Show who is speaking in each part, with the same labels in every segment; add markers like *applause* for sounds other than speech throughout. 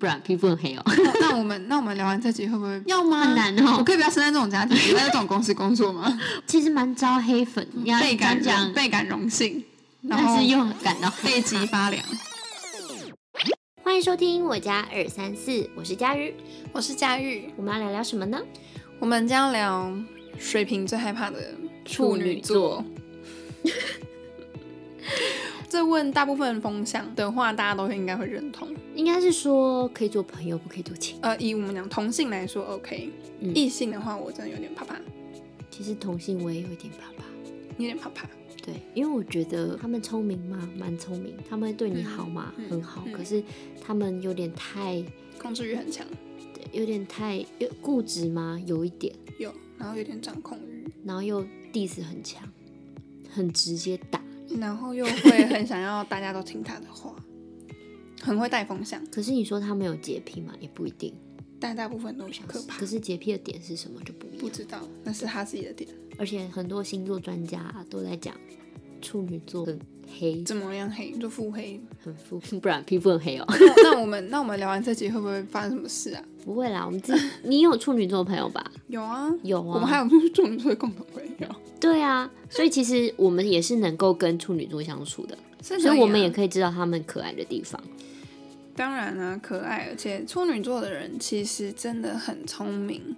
Speaker 1: 不然皮肤很黑哦，
Speaker 2: 那 *laughs* 那我们那我们聊完这集会不会？
Speaker 1: 要吗？很难
Speaker 2: 我 *laughs*
Speaker 1: 哦，
Speaker 2: 可以不要生在这种家庭，不要在这种公司工
Speaker 1: *laughs*
Speaker 2: 作吗？
Speaker 1: 其实蛮招黑粉。你要
Speaker 2: 倍
Speaker 1: 这
Speaker 2: 感
Speaker 1: 样
Speaker 2: 荣
Speaker 1: 讲，
Speaker 2: 倍感荣幸，然后
Speaker 1: 但是又很感到害
Speaker 2: 背脊
Speaker 1: 怕。
Speaker 2: 发凉。
Speaker 1: 欢迎收听我家二三四，我是佳瑜，
Speaker 2: 我是佳玉，
Speaker 1: 我们要聊聊什么呢？
Speaker 2: 我们将聊水瓶最害怕的处女 *laughs* 座。这问大部分风向的话，大家都应该会认同。
Speaker 1: 应该是说可以做朋友，不可以做情。
Speaker 2: 呃，以我们讲同性来说，OK；、
Speaker 1: 嗯
Speaker 2: 异性的话，我真的有点怕怕，
Speaker 1: 其实同性我也有一点怕怕。
Speaker 2: 有点怕怕。
Speaker 1: 对，因为我觉得他们聪明吗？蛮聪明，他们对你好吗？
Speaker 2: 嗯嗯
Speaker 1: 很好，
Speaker 2: 嗯
Speaker 1: 可是他们有点太，
Speaker 2: 控制欲很强，
Speaker 1: 有点太有固执吗？有一点，
Speaker 2: 有，然后有点掌控欲，
Speaker 1: 然后又 diss 很强，很直接打。
Speaker 2: 然后又会很想要大家都听他的话，很会带风向，
Speaker 1: 可是你说他们有洁癖吗？也不一定。
Speaker 2: 但大部分都
Speaker 1: 我想
Speaker 2: 可
Speaker 1: 是，
Speaker 2: 怕
Speaker 1: 可。是洁癖的点是什么就不一
Speaker 2: 不
Speaker 1: 样。
Speaker 2: 知道，那是他自己的点。
Speaker 1: 而且很多星座专家、啊都在讲处女座很黑，
Speaker 2: 怎么样黑就腹黑？
Speaker 1: 很肤， *laughs* 不然皮肤很黑哦。 *laughs*
Speaker 2: 那那我们那我们聊完这集会不会发生什么事啊？
Speaker 1: 不会啦，我们自己，你有处女座的朋友吧？
Speaker 2: 有啊，
Speaker 1: 有啊，
Speaker 2: 我们还有就是处女座的共同朋
Speaker 1: *laughs*
Speaker 2: 友，
Speaker 1: 对啊，所以其实我们也是能够跟处女座相处的，
Speaker 2: 所
Speaker 1: 所以我们也可以知道他们可爱的地方。
Speaker 2: 当然啊，可爱，而且处女座的人其实真的很聪明，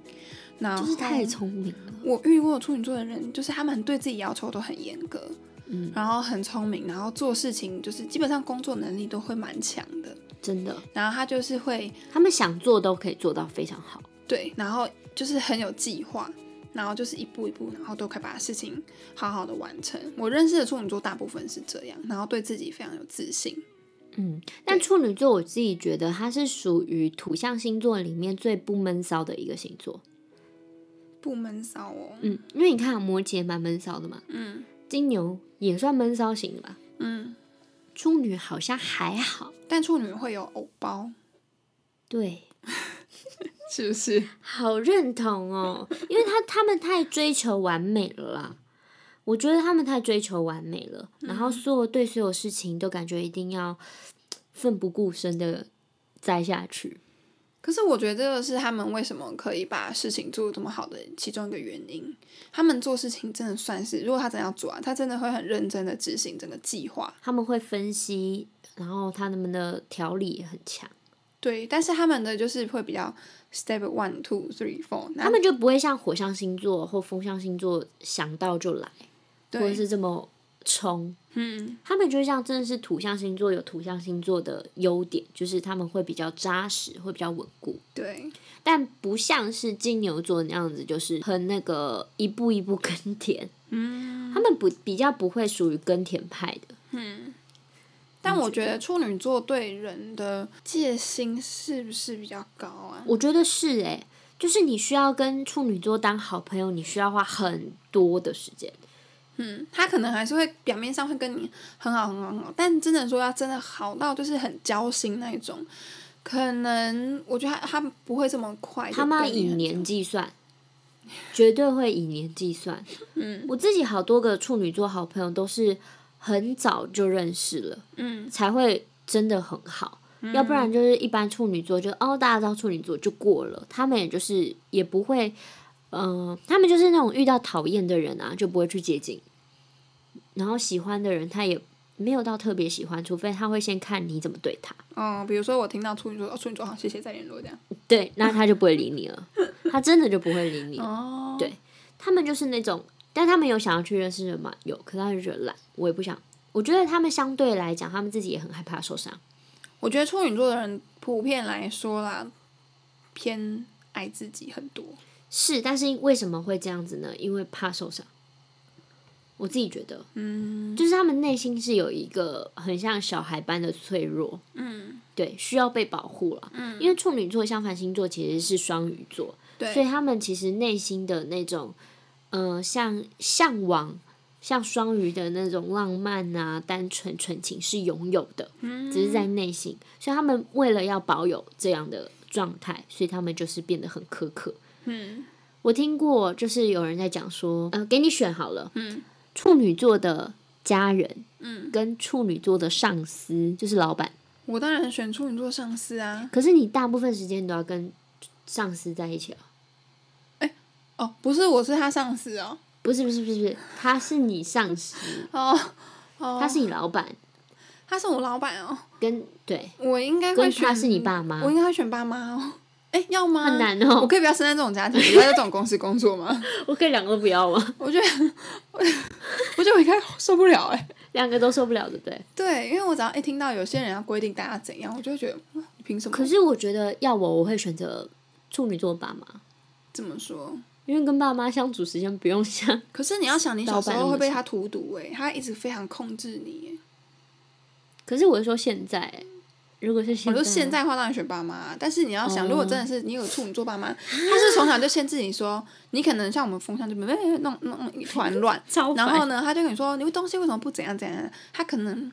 Speaker 2: 然后
Speaker 1: 就是太聪明了，
Speaker 2: 我遇过处女座的人，就是他们对自己要求都很严格，
Speaker 1: 嗯，
Speaker 2: 然后很聪明，然后做事情就是基本上工作能力都会蛮强的，
Speaker 1: 真的，
Speaker 2: 然后他就是会
Speaker 1: 他们想做都可以做到非常好。
Speaker 2: 对，然后就是很有计划，然后就是一步一步，然后都可以把事情好好的完成。我认识的处女座大部分是这样，然后对自己非常有自信。
Speaker 1: 嗯，但处女座我自己觉得它是属于土象星座里面最不闷骚的一个星座。
Speaker 2: 不闷骚哦，
Speaker 1: 嗯，因为你看摩羯蛮闷骚的嘛，
Speaker 2: 嗯
Speaker 1: 金牛也算闷骚型的吧，
Speaker 2: 嗯，
Speaker 1: 处女好像还好。
Speaker 2: 但处女会有偶包，
Speaker 1: 对，
Speaker 2: 是不是？
Speaker 1: 好认同哦， *laughs* 因为他他们太追求完美了啦。我觉得他们太追求完美了，然后所有对所有事情都感觉一定要奋不顾身的栽下去。
Speaker 2: 可是我觉得这个是他们为什么可以把事情做得这么好的其中一个原因。他们做事情真的算是，如果他真的要做啊，他真的会很认真的执行整个计划。
Speaker 1: 他们会分析，然后他们的条理也很强，
Speaker 2: 对，但是他们的就是会比较 step one two three four，
Speaker 1: 他们就不会像火象星座或风象星座想到就来，或者
Speaker 2: 对，
Speaker 1: 是这么冲。
Speaker 2: 嗯，
Speaker 1: 他们就像真的是土象星座有土象星座的优点，就是他们会比较扎实，会比较稳固。
Speaker 2: 对，
Speaker 1: 但不像是金牛座那样子，就是很那个一步一步耕田，
Speaker 2: 嗯
Speaker 1: *laughs* 他们不比较不会属于耕田派的，
Speaker 2: 嗯。但
Speaker 1: 嗯
Speaker 2: 我觉得处女座对人的戒心是不是比较高啊？
Speaker 1: 我觉得是诶、欸就是你需要跟处女座当好朋友，你需要花很多的时间，
Speaker 2: 嗯，他可能还是会表面上会跟你很好很好很好，但真的说要真的好到就是很交心那一种，可能我觉得他他不会这么快就
Speaker 1: 他妈
Speaker 2: 对你
Speaker 1: 以
Speaker 2: 很
Speaker 1: 年计算，绝对会以年计算。
Speaker 2: 嗯
Speaker 1: 我自己好多个处女座好朋友都是很早就认识了，
Speaker 2: 嗯
Speaker 1: 才会真的很好。要不然就是一般处女座就哦，大家知道处女座就过了，他们也就是也不会，嗯、他们就是那种遇到讨厌的人啊，就不会去接近，然后喜欢的人他也没有到特别喜欢，除非他会先看你怎么对
Speaker 2: *laughs*
Speaker 1: 他，
Speaker 2: 哦，比如说我听到处女座，哦处女座好，谢谢再联络这样。
Speaker 1: 对，那他就不会理你了，他真的就不会理你了。
Speaker 2: 哦，
Speaker 1: 对他们就是那种，但他们有想要去认识人吗？有，可是他就觉得懒，我也不想。我觉得他们相对来讲，他们自己也很害怕受伤。
Speaker 2: 我觉得处女座的人普遍来说啦，偏爱自己很多。
Speaker 1: 是，但是为什么会这样子呢？因为怕受伤。我自己觉得，
Speaker 2: 嗯
Speaker 1: 就是他们内心是有一个很像小孩般的脆弱，
Speaker 2: 嗯，
Speaker 1: 对，需要被保护了。嗯，因为处女座相反星座其实是双鱼座，
Speaker 2: 对
Speaker 1: 所以他们其实内心的那种，呃，像向往。像双鱼的那种浪漫啊、单纯、纯情是拥有的，
Speaker 2: 嗯
Speaker 1: 只是在内心。所以他们为了要保有这样的状态，所以他们就是变得很苛刻。
Speaker 2: 嗯
Speaker 1: 我听过，就是有人在讲说，呃，给你选好了，
Speaker 2: 嗯
Speaker 1: 处女座的家人
Speaker 2: 嗯
Speaker 1: 跟处女座的上司，就是老板，
Speaker 2: 我当然选处女座上司啊。
Speaker 1: 可是你大部分时间都要跟上司在一起哦。
Speaker 2: 哦，不是，我是他上司哦。
Speaker 1: 不是不是不是不是，他是你上司，
Speaker 2: 哦哦，
Speaker 1: 他是你老板，
Speaker 2: 他是我老板哦。
Speaker 1: 跟对
Speaker 2: 我应该会
Speaker 1: 跟
Speaker 2: 选
Speaker 1: 他是你爸妈
Speaker 2: 我，应该会选爸妈哦。哎、要吗？
Speaker 1: 很难哦
Speaker 2: 我可以不要生在这种家庭，不要在这种公司工作吗？ *laughs*
Speaker 1: 我可以两个都不要吗？
Speaker 2: 我觉得，我觉得我应该受不了哎、
Speaker 1: 两个都受不了，对不对？
Speaker 2: 对，因为我只要一听到有些人要规定大家怎样，我就会觉得，哇你凭什么？
Speaker 1: 可是我觉得要我，我会选择处女座爸妈，
Speaker 2: 怎么说？
Speaker 1: 因为跟爸妈相处时间不用像
Speaker 2: 可是你要想，你小时
Speaker 1: 老板那
Speaker 2: 候
Speaker 1: 么
Speaker 2: 会被他荼毒哎、他一直非常控制你欸
Speaker 1: 可是我是说现在，如果是
Speaker 2: 哎、
Speaker 1: 现
Speaker 2: 我
Speaker 1: 在，
Speaker 2: 说现在的话当然选爸妈，但是你要想，
Speaker 1: 哦
Speaker 2: 如果真的是你有处女座爸妈，他是从小就限制你说，你可能像我们风向就没没弄弄弄一团乱，
Speaker 1: 超
Speaker 2: 然后
Speaker 1: 烦
Speaker 2: 呢，他就跟你说你东西为什么不怎样怎样，他可能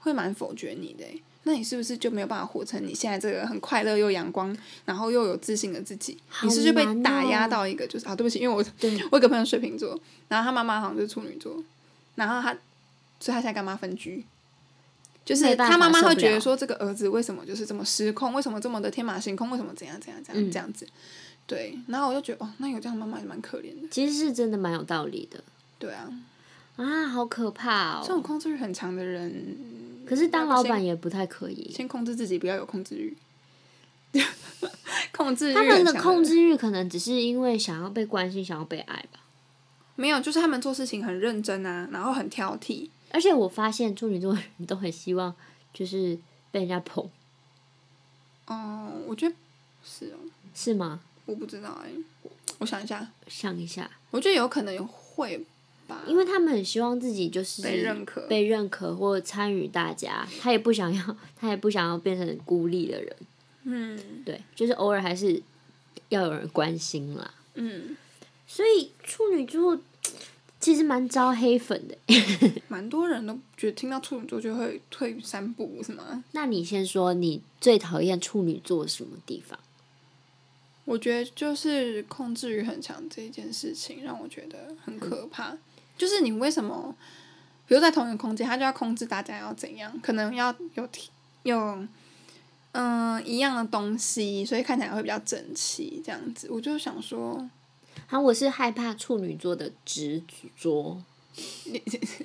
Speaker 2: 会蛮否决你的欸。那你是不是就没有办法活成你现在这个很快乐又阳光，然后又有自信的自己？你是不是被
Speaker 1: 好难
Speaker 2: 打压
Speaker 1: 哦
Speaker 2: 到一个就是啊，对不起，因为我
Speaker 1: 对
Speaker 2: *laughs* 我有个朋友水瓶座，然后他妈妈好像就是处女座，然后他所以他现在干妈分居，就是
Speaker 1: 没办法
Speaker 2: 他妈妈
Speaker 1: 受
Speaker 2: 会
Speaker 1: 不
Speaker 2: 觉得
Speaker 1: 了
Speaker 2: 说这个儿子为什么就是这么失控，为什么这么的天马行空，为什么怎样怎样怎样、
Speaker 1: 嗯
Speaker 2: 这样子，对，然后我就觉得哦，那有这样的妈妈也蛮可怜的，
Speaker 1: 其实是真的蛮有道理的
Speaker 2: 对啊，
Speaker 1: 啊，好可怕
Speaker 2: 这种
Speaker 1: 哦！
Speaker 2: 控制欲很强的人，
Speaker 1: 可是当老板
Speaker 2: 先
Speaker 1: 也不太可以，
Speaker 2: 先控制自己，不要有控
Speaker 1: *laughs*
Speaker 2: 制欲，控制欲
Speaker 1: 他们
Speaker 2: 很
Speaker 1: 的
Speaker 2: 强
Speaker 1: 控
Speaker 2: 人
Speaker 1: 制欲可能只是因为想要被关心，想要被爱吧。
Speaker 2: 没有，就是他们做事情很认真啊，然后很挑剔，
Speaker 1: 而且我发现处女座的人都很希望就是被人家捧，
Speaker 2: 哦、我觉得是哦，
Speaker 1: 是吗？
Speaker 2: 我不知道哎、我想一下，
Speaker 1: 想一下，
Speaker 2: 我觉得有可能会吧，
Speaker 1: 因为他们很希望自己就是
Speaker 2: 被认可
Speaker 1: 被认可或参与大家，他也不想要， *laughs* 他也不想要变成孤立的人。
Speaker 2: 嗯
Speaker 1: 对，就是偶尔还是要有人关心啦。
Speaker 2: 嗯，
Speaker 1: 所以处女座其实蛮招黑粉的。 *laughs*
Speaker 2: 蛮多人都觉得听到处女座就会退三步是吗？
Speaker 1: 那你先说，你最讨厌处女座什么地方？
Speaker 2: 我觉得就是控制欲很强这一件事情，让我觉得很
Speaker 1: 嗯
Speaker 2: 可怕。就是你为什么，比如在同一个空间，他就要控制大家要怎样，可能要有提有嗯、一样的东西，所以看起来会比较整齐这样子。我就想说，
Speaker 1: 好，我是害怕处女座的执着，
Speaker 2: *laughs*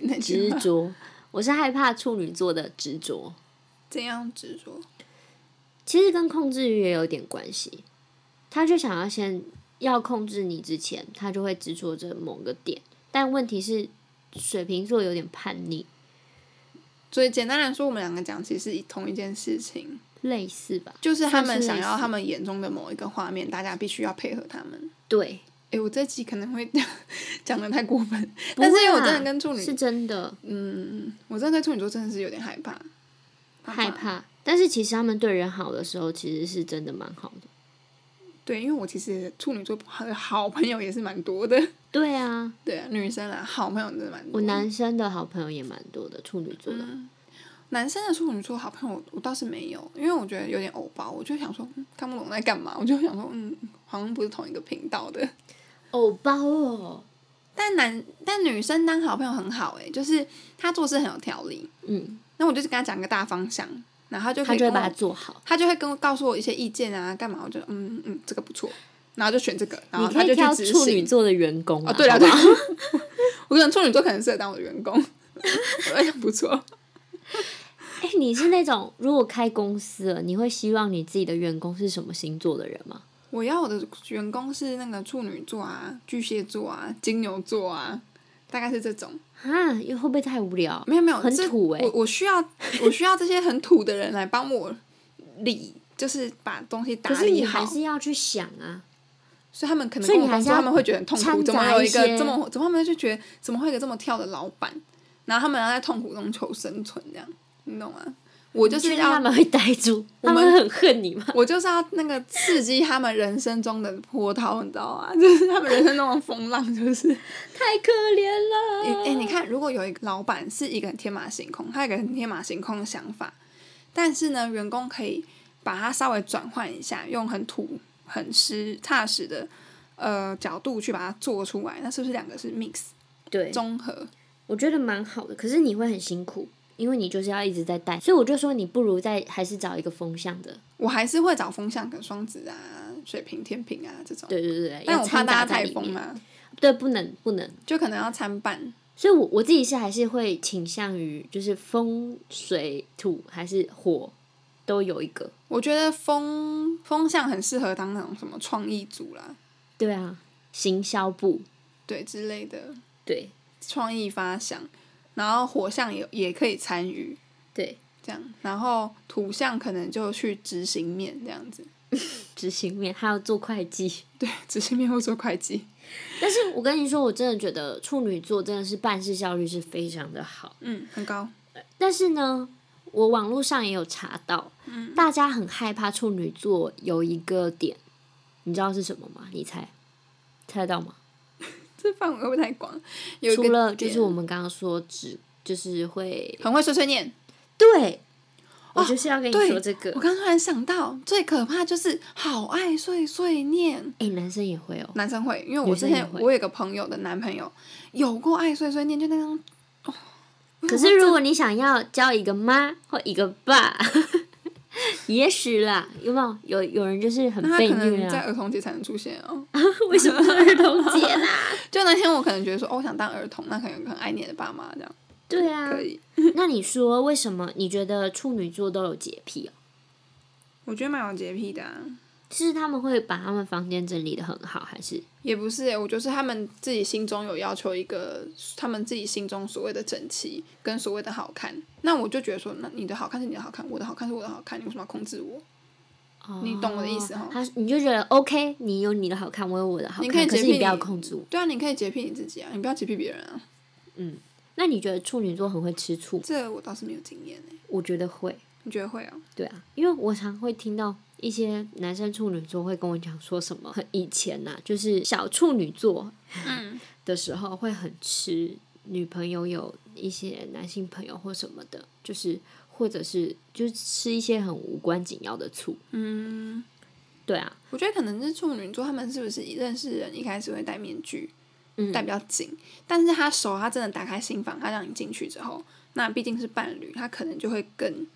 Speaker 2: 那
Speaker 1: 执着，我是害怕处女座的执着，
Speaker 2: 怎样执着？
Speaker 1: 其实跟控制欲也有点关系。他就想要先要控制你之前，他就会执着着某个点，但问题是水瓶座有点叛逆，
Speaker 2: 所以简单来说，我们两个讲其实是同一件事情，
Speaker 1: 类似吧？
Speaker 2: 就是他们想
Speaker 1: 算
Speaker 2: 要
Speaker 1: 是类似
Speaker 2: 他们眼中的某一个画面，大家必须要配合他们。
Speaker 1: 对，
Speaker 2: 诶，我这集可能会 *laughs* 讲的太过分，
Speaker 1: 不
Speaker 2: 但是因为
Speaker 1: 会
Speaker 2: 我
Speaker 1: 啦
Speaker 2: 真的跟处女
Speaker 1: 是真的
Speaker 2: 嗯，我真的对处女座真的是有点害怕，
Speaker 1: 害。怕，但是其实他们对人好的时候，其实是真的蛮好的。
Speaker 2: 对，因为我其实处女座好好朋友也是蛮多的， *laughs*
Speaker 1: 对啊，
Speaker 2: 对啊，女生啦，好朋友真的蛮多。
Speaker 1: 我嗯男生的好朋友也蛮多的，处女座的。
Speaker 2: 男生的处女座好朋友我我倒是没有，因为我觉得有点偶包，我就想说嗯看不懂在干嘛，我就想说嗯，好像不是同一个频道的。
Speaker 1: 偶包哦，
Speaker 2: 但男但女生当好朋友很好诶、就是她做事很有条理，
Speaker 1: 嗯，
Speaker 2: 那我就是跟她讲个大方向，然后她就可
Speaker 1: 他
Speaker 2: 以
Speaker 1: 就会
Speaker 2: 跟我
Speaker 1: 把它做好。
Speaker 2: 他就会跟我告诉我一些意见啊，干嘛？我就嗯嗯，这个不错，然后就选这个，然
Speaker 1: 你
Speaker 2: 后
Speaker 1: 可
Speaker 2: 他就
Speaker 1: 以
Speaker 2: 去
Speaker 1: 挑
Speaker 2: 执
Speaker 1: 处女
Speaker 2: 行。
Speaker 1: 座的员工啊
Speaker 2: 哦，对了
Speaker 1: 好
Speaker 2: 对
Speaker 1: 不
Speaker 2: 了
Speaker 1: 好，
Speaker 2: *laughs* 我可能处女座可能适合当我的员工，哎，不错。
Speaker 1: 哎、 *laughs* 你是那种如果开公司了，你会希望你自己的员工是什么星座的人吗？
Speaker 2: 我要我的员工是那个处女座啊、巨蟹座啊、金牛座啊，大概是这种。
Speaker 1: 啊，又会不会太无聊？
Speaker 2: 没有没有，
Speaker 1: 很
Speaker 2: 这
Speaker 1: 土欸
Speaker 2: 我我需要我需要这些很土的人来帮我理，就是把东西打
Speaker 1: 可是
Speaker 2: 理
Speaker 1: 你还。
Speaker 2: 好
Speaker 1: 是要去想啊。
Speaker 2: 所以他们可能
Speaker 1: 所以
Speaker 2: 跟
Speaker 1: 你
Speaker 2: 我
Speaker 1: 还
Speaker 2: 工
Speaker 1: 是
Speaker 2: 作，
Speaker 1: 要
Speaker 2: 他们会觉得很痛苦，
Speaker 1: 掺
Speaker 2: 怎么
Speaker 1: 杂
Speaker 2: 有
Speaker 1: 一
Speaker 2: 一个
Speaker 1: 些
Speaker 2: 这么怎么他们就觉得怎么会有一个这么跳的老板，然后他们要在痛苦中求生存，这样你懂吗？我就
Speaker 1: 你
Speaker 2: 是
Speaker 1: 确定他
Speaker 2: 要
Speaker 1: 们会呆住，他们
Speaker 2: 们
Speaker 1: 会很恨你吗？
Speaker 2: 我就是要那个刺激他们人生中的波涛，你知道吗？ *laughs* 就是他们人生中的风浪，就是。
Speaker 1: 太可怜
Speaker 2: 哎、
Speaker 1: 了。
Speaker 2: 诶你看，如果有一个老板是一个很天马行空，他有一个很天马行空的想法，但是呢，员工可以把它稍微转换一下，用很土、很实、踏实的呃角度去把它做出来，那是不是两个是 mix
Speaker 1: 对，
Speaker 2: 综合？
Speaker 1: 我觉得蛮好的，可是你会很辛苦，因为你就是要一直在带，所以我就说你不如再还是找一个风向的，
Speaker 2: 我还是会找风向跟双子啊、水瓶、天平啊这种，
Speaker 1: 对对对，
Speaker 2: 但
Speaker 1: 要
Speaker 2: 我怕
Speaker 1: 掺
Speaker 2: 大
Speaker 1: 杂
Speaker 2: 家
Speaker 1: 在
Speaker 2: 太
Speaker 1: 里
Speaker 2: 疯
Speaker 1: 面，
Speaker 2: 啦，
Speaker 1: 对，不能不能，
Speaker 2: 就可能要参半。
Speaker 1: 所以我我自己是还是会倾向于就是风水土还是火都有一个，
Speaker 2: 我觉得风风向很适合当那种什么创意组啦，
Speaker 1: 对啊，行销部
Speaker 2: 对之类的
Speaker 1: 对
Speaker 2: 创意发想，然后火象也也可以参与
Speaker 1: 对
Speaker 2: 这样，然后土象可能就去执行面这样子， *laughs*
Speaker 1: 执行面还有做会计， *laughs*
Speaker 2: 对，执行面会做会计，
Speaker 1: 但是我跟你说，我真的觉得处女座真的是办事效率是非常的好。
Speaker 2: 嗯，很高，
Speaker 1: 但是呢，我网络上也有查到，
Speaker 2: 嗯
Speaker 1: 大家很害怕处女座有一个点，你知道是什么吗？你猜，猜得到吗？
Speaker 2: 这范围会不会太广？有一
Speaker 1: 除
Speaker 2: 个
Speaker 1: 了就是
Speaker 2: 点
Speaker 1: 我们刚刚说只就是会
Speaker 2: 很会碎碎念，
Speaker 1: 对，我就是要跟你
Speaker 2: 哦对
Speaker 1: 说这个
Speaker 2: 我，刚突然想到，最可怕就是好爱碎碎念。
Speaker 1: 哎、男生也会哦、
Speaker 2: 男生会，因为我之
Speaker 1: 女生也
Speaker 2: 前
Speaker 1: 会
Speaker 2: 我有一个朋友的男朋友有过爱碎碎念，就那张。哦、
Speaker 1: 可是如果你想要交一个妈或一个爸， *laughs* 也许啦，有没有？有有人就是很
Speaker 2: 那他
Speaker 1: 被
Speaker 2: 可
Speaker 1: 虐
Speaker 2: 能在
Speaker 1: 啊？
Speaker 2: 儿童节才能出现哦。
Speaker 1: 为什么儿童节啊
Speaker 2: *laughs*
Speaker 1: 啦？
Speaker 2: 就那天我可能觉得说，哦，我想当儿童，那可能很爱你的爸妈这样，
Speaker 1: 对啊，
Speaker 2: 可以。
Speaker 1: 那你说为什么你觉得处女座都有洁癖哦？
Speaker 2: 我觉得蛮有洁癖的、啊，
Speaker 1: 是他们会把他们房间整理的很好，还是
Speaker 2: 也不是、欸，我就是他们自己心中有要求一个，他们自己心中所谓的整齐跟所谓的好看。那我就觉得说，那你的好看是你的好看，我的好看是我的好看，你为什么要控制我？你懂我的意思
Speaker 1: 哦
Speaker 2: 哈
Speaker 1: 他你就觉得 OK，你有你的好看，我有我的好看，
Speaker 2: 你可以
Speaker 1: 可
Speaker 2: 洁
Speaker 1: 是
Speaker 2: 癖
Speaker 1: 你不要
Speaker 2: 你
Speaker 1: 控制我。
Speaker 2: 对啊，你可以洁癖你自己啊，你不要洁癖别人啊。
Speaker 1: 那你觉得处女座很会吃醋？
Speaker 2: 这我倒是没有经验哎、
Speaker 1: 我觉得会，
Speaker 2: 你觉得会哦？
Speaker 1: 对啊，因为我常会听到一些男生处女座会跟我讲说什么，以前呐、就是小处女座
Speaker 2: 嗯，
Speaker 1: *laughs* 的时候会很吃女朋友有一些男性朋友或什么的，就是或者是就是吃一些很无关紧要的醋。嗯，对啊，
Speaker 2: 我觉得可能是处女座，他们是不是一认识人一开始会戴面具，
Speaker 1: 嗯
Speaker 2: 戴比较紧，但是他手他真的打开心房，他让你进去之后，那毕竟是伴侣，他可能就会更。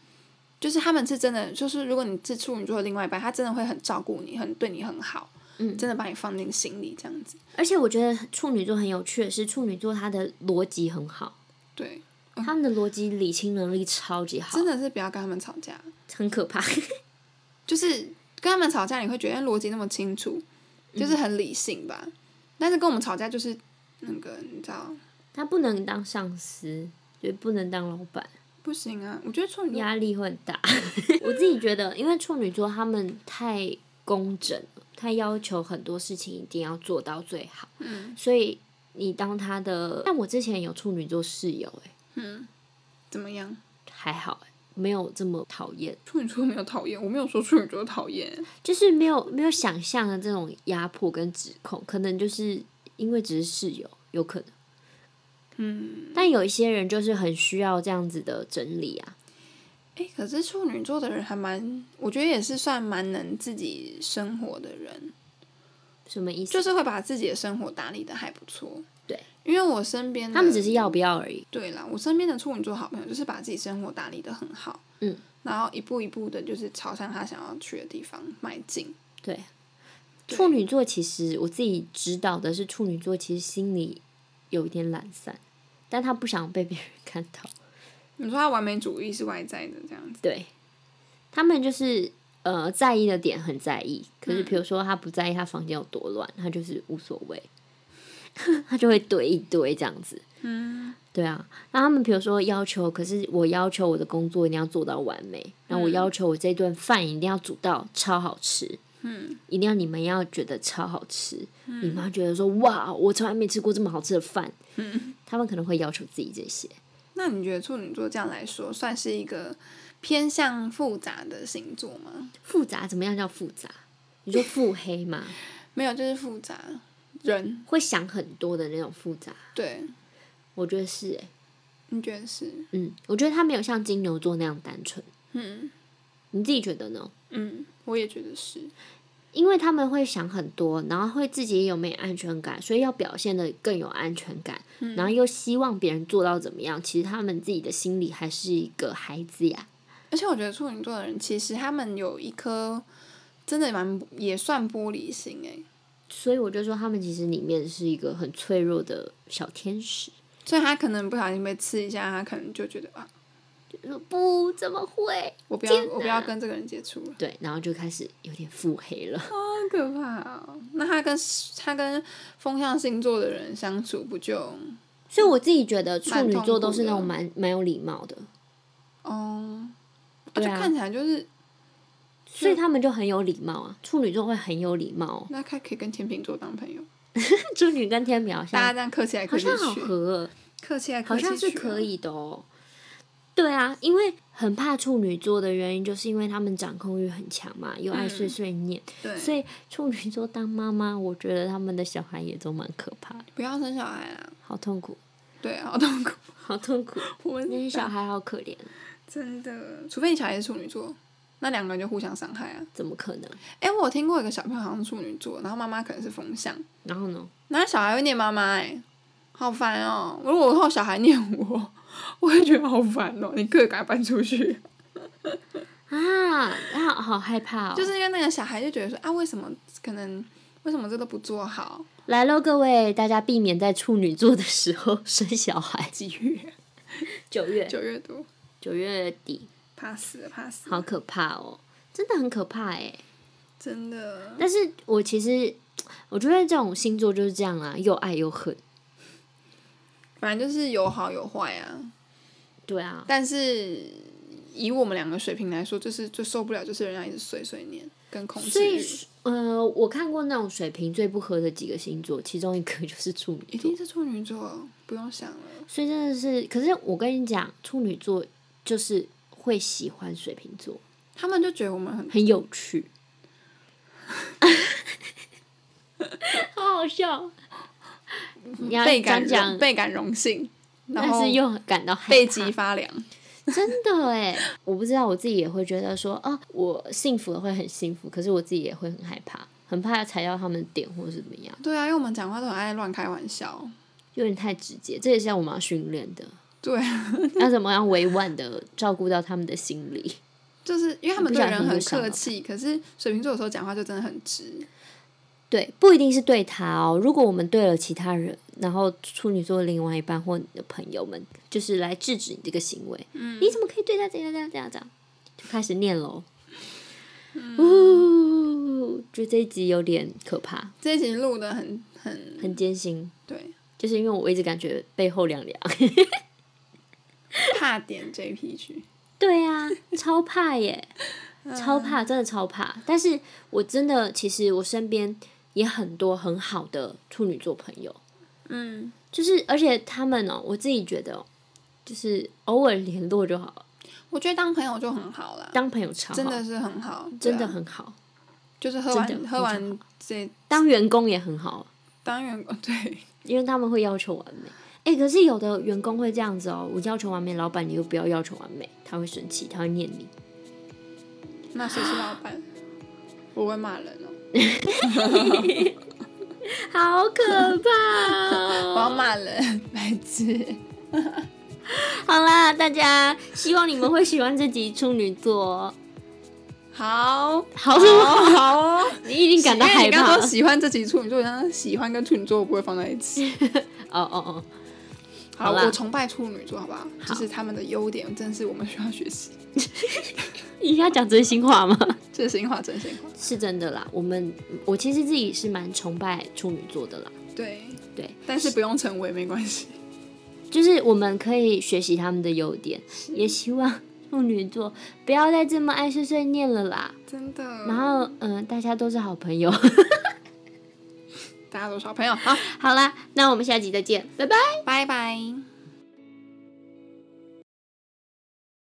Speaker 2: 就是他们是真的，就是如果你是处女座的另外一半，他真的会很照顾你，很对你很好，
Speaker 1: 嗯
Speaker 2: 真的把你放进心里这样子。
Speaker 1: 而且我觉得处女座很有趣的是，处女座他的逻辑很好，
Speaker 2: 对，
Speaker 1: 他们的逻辑理清能力超级好，
Speaker 2: 真的是不要跟他们吵架，
Speaker 1: 很可怕。 *laughs*
Speaker 2: 就是跟他们吵架，你会觉得哎逻辑那么清楚，
Speaker 1: 嗯
Speaker 2: 就是很理性吧。但是跟我们吵架就是那个，你知道，
Speaker 1: 他不能当上司，也不能当老板。
Speaker 2: 不行啊！我觉得处女座
Speaker 1: 压力会很大。 *laughs* 我自己觉得，因为处女座他们太工整了，太要求很多事情一定要做到最好。
Speaker 2: 嗯
Speaker 1: 所以你当他的，但我之前有处女座室友、欸，
Speaker 2: 嗯，怎么样？
Speaker 1: 还好、欸，没有这么讨厌，
Speaker 2: 处女座没有讨厌，我没有说处女座讨厌。
Speaker 1: 就是没有没有想象的这种压迫跟指控，可能就是因为只是室友，有可能。
Speaker 2: 嗯，
Speaker 1: 但有一些人就是很需要这样子的整理啊，
Speaker 2: 哎、可是处女座的人还蛮，我觉得也是算蛮能自己生活的人，
Speaker 1: 什么意思？
Speaker 2: 就是会把自己的生活打理的还不错。
Speaker 1: 对，
Speaker 2: 因为我身边的
Speaker 1: 他们只是要不要而已。
Speaker 2: 对啦，我身边的处女座好朋友就是把自己生活打理的很好，
Speaker 1: 嗯，
Speaker 2: 然后一步一步的，就是朝向他想要去的地方迈进。
Speaker 1: 对，
Speaker 2: 对
Speaker 1: 处女座其实我自己知道的是，处女座其实心里有一点懒散，但他不想被别人 *laughs* 看到。
Speaker 2: 你说他完美主义是外在的这样子，
Speaker 1: 对，他们就是呃在意的点很在意，可是比如说他不在意他房间有多乱，他就是无所谓， *laughs* 他就会堆一堆这样子。
Speaker 2: 嗯，
Speaker 1: 对啊，那他们比如说要求，可是我要求我的工作一定要做到完美，然后我要求我这顿饭一定要煮到超好吃，
Speaker 2: 嗯，
Speaker 1: 一定要你们要觉得超好吃，你们要觉得说哇，我从来没吃过这么好吃的饭，嗯，他们可能会要求自己这些，
Speaker 2: 那你觉得处女座这样来说，算是一个偏向复杂的星座吗？
Speaker 1: 复杂怎么样叫复杂？你说腹黑嘛，
Speaker 2: 没有，就是复杂人。
Speaker 1: 会想很多的那种复杂，
Speaker 2: 对，
Speaker 1: 我觉得是、欸，
Speaker 2: 你觉得是？
Speaker 1: 嗯，我觉得他没有像金牛座那样单纯，
Speaker 2: 嗯
Speaker 1: 你自己觉得呢？
Speaker 2: 嗯，我也觉得是。
Speaker 1: 因为他们会想很多，然后会自己有没有安全感，所以要表现的更有安全感，
Speaker 2: 嗯
Speaker 1: 然后又希望别人做到怎么样，其实他们自己的心里还是一个孩子呀。
Speaker 2: 而且我觉得处女座的人其实他们有一颗真的蛮也算玻璃心欸诶、
Speaker 1: 所以我就说，他们其实里面是一个很脆弱的小天使。
Speaker 2: 所以他可能不小心被刺一下，他可能就觉得啊，
Speaker 1: 就说不怎么会？
Speaker 2: 我不要我不要跟这个人接触了，
Speaker 1: 对，然后就开始有点腹黑了。 *laughs*
Speaker 2: 好可怕哦！那他跟他跟风象星座的人相处，不就
Speaker 1: 所以我自己觉得处
Speaker 2: 蛮
Speaker 1: 女
Speaker 2: 痛
Speaker 1: 座都
Speaker 2: 苦
Speaker 1: 是那
Speaker 2: 的
Speaker 1: 种蛮蛮有礼貌的，
Speaker 2: 哦、啊就
Speaker 1: 对啊
Speaker 2: 看起来就是
Speaker 1: 所以他们就很有礼貌啊。处女座会很有礼貌、
Speaker 2: *laughs*
Speaker 1: 哦，
Speaker 2: 那他可以跟天秤座当朋友，
Speaker 1: 处女跟天平好
Speaker 2: 大
Speaker 1: 像
Speaker 2: 家这样客气来
Speaker 1: 啊好
Speaker 2: 客气
Speaker 1: 像好
Speaker 2: 去，
Speaker 1: 合哦，
Speaker 2: 客气来客
Speaker 1: 好
Speaker 2: 气去，
Speaker 1: 像是可。以的哦。对啊，因为很怕处女座的原因，就是因为他们掌控欲很强嘛，又爱碎碎念，
Speaker 2: 嗯对，
Speaker 1: 所以处女座当妈妈，我觉得他们的小孩也都蛮可怕的，
Speaker 2: 不要生小孩啦，
Speaker 1: 好痛
Speaker 2: *laughs*
Speaker 1: 苦，
Speaker 2: 对，啊好痛苦。
Speaker 1: 好痛苦，
Speaker 2: 我们
Speaker 1: 那些小孩好可怜，
Speaker 2: 真的，除非你小孩是处女座，那两个人就互相伤害啊。
Speaker 1: 怎么可能？
Speaker 2: 哎、我有听过一个小朋友好像处女座，然后妈妈可能是风象，
Speaker 1: 然后呢？
Speaker 2: 然后小孩会念妈妈、哎，好烦哦、如果我后小孩念我，我会觉得好烦哦、你可以赶快搬出去。
Speaker 1: 啊，啊，好害怕哦！
Speaker 2: 就是因为那个小孩就觉得说啊，为什么可能为什么这都不做好？
Speaker 1: 来喽，各位，大家避免在处女座的时候生小孩。
Speaker 2: 几月？
Speaker 1: 九月
Speaker 2: 九月多，
Speaker 1: 九月底，
Speaker 2: 怕死了，怕死了，
Speaker 1: 好可怕哦，真的很可怕哎。
Speaker 2: 真的。
Speaker 1: 但是我其实我觉得这种星座就是这样啊，又爱又恨。
Speaker 2: 反正就是有好有坏啊，
Speaker 1: 对啊，
Speaker 2: 但是以我们两个水平来说，就是最受不了就是人家一直碎碎念跟控
Speaker 1: 所
Speaker 2: 制
Speaker 1: 以
Speaker 2: 欲，
Speaker 1: 呃，我看过那种水瓶最不合的几个星座，其中一个就是处
Speaker 2: 一
Speaker 1: 女座
Speaker 2: 定。是处女座，不用想了。
Speaker 1: 所以真的是，可是我跟你讲，处女座就是会喜欢水瓶座，
Speaker 2: 他们就觉得我们很
Speaker 1: 很有
Speaker 2: *laughs*
Speaker 1: 趣。好好笑，你要
Speaker 2: 倍
Speaker 1: 讲
Speaker 2: 感
Speaker 1: 讲，
Speaker 2: 倍感荣幸，然
Speaker 1: 但
Speaker 2: 后
Speaker 1: 是又感到害怕
Speaker 2: 背脊发凉。
Speaker 1: *laughs* 真的哎，我不知道我自己也会觉得说，哦，我幸福的会很幸福，可是我自己也会很害怕，很怕踩到他们的点或是怎么样，
Speaker 2: 对啊，因为我们讲话都很爱乱开玩笑。
Speaker 1: 有点太直接，这也是要我们要训练的，
Speaker 2: 对，
Speaker 1: *laughs* 要怎么样委婉的照顾到他们的心理。
Speaker 2: 就是因为他们对
Speaker 1: 不小
Speaker 2: 人
Speaker 1: 心
Speaker 2: 很
Speaker 1: 就上
Speaker 2: 客
Speaker 1: 了
Speaker 2: 气，可是水瓶座有时候讲话就真的很直。
Speaker 1: 对，不一定是对他哦。如果我们对了其他人，然后处女座的另外一半或你的朋友们，就是来制止你这个行为，嗯、你怎么可以对他这样这样这样这样？就开始念喽。呜、就这一集有点可怕，
Speaker 2: 这一集录的很很
Speaker 1: 很艰辛。
Speaker 2: 对，
Speaker 1: 就是因为我一直感觉背后凉 *laughs* 凉。
Speaker 2: 怕点 JPG。
Speaker 1: 对啊，超怕耶，超怕，真的超怕。但是我真的，其实我身边也很多很好的处女座朋友，
Speaker 2: 嗯，
Speaker 1: 就是而且他们哦、我自己觉得、哦，就是偶尔联络就好了，
Speaker 2: 我觉得当朋友就很好啦，
Speaker 1: 当朋友超好，
Speaker 2: 真的是很好，对
Speaker 1: 真
Speaker 2: 啊
Speaker 1: 的很好，
Speaker 2: 就是喝
Speaker 1: 真
Speaker 2: 完
Speaker 1: 的
Speaker 2: 喝
Speaker 1: 非
Speaker 2: 完
Speaker 1: 常
Speaker 2: 这
Speaker 1: 当员工也很好，
Speaker 2: 当员工， *laughs* 对，
Speaker 1: 因为他们会要求完美。哎、可是有的员工会这样子哦，我要求完美，老板你又不要要求完美，他会生气，他会念你。
Speaker 2: 那谁是老
Speaker 1: *laughs*
Speaker 2: 板？我会骂人哦，
Speaker 1: 好可怕、 *laughs* 哦！
Speaker 2: 我要骂人， *laughs* 白痴。
Speaker 1: 好啦，大家希望你们会喜欢这集处女座哦。
Speaker 2: 好，
Speaker 1: 好啊什么？ *laughs*
Speaker 2: 好哦，
Speaker 1: 你已经感到
Speaker 2: 因为
Speaker 1: 害
Speaker 2: 你刚
Speaker 1: 怕
Speaker 2: 刚
Speaker 1: 了
Speaker 2: 说喜欢这集处女座，然后喜欢跟处女座不会放在一起。
Speaker 1: *laughs* 哦哦哦，
Speaker 2: 好，
Speaker 1: 好啦
Speaker 2: 我崇拜处女座，好不好？就是他们的优点，真是我们需要学习。
Speaker 1: 你要讲真心话吗？ *laughs*
Speaker 2: 真心话，真心话。
Speaker 1: 是真的啦，我们我其实自己是蛮崇拜处女座的啦。
Speaker 2: 对，
Speaker 1: 对，
Speaker 2: 但是不用成为没关系。
Speaker 1: 就是我们可以学习他们的优点，也希望处女座不要再这么爱碎碎念了啦。
Speaker 2: 真的。
Speaker 1: 然后，嗯、大家都是好朋友。 *laughs*
Speaker 2: 大家都是好朋友，好，
Speaker 1: 好啦，那我们下集再见，拜拜。
Speaker 2: 拜拜。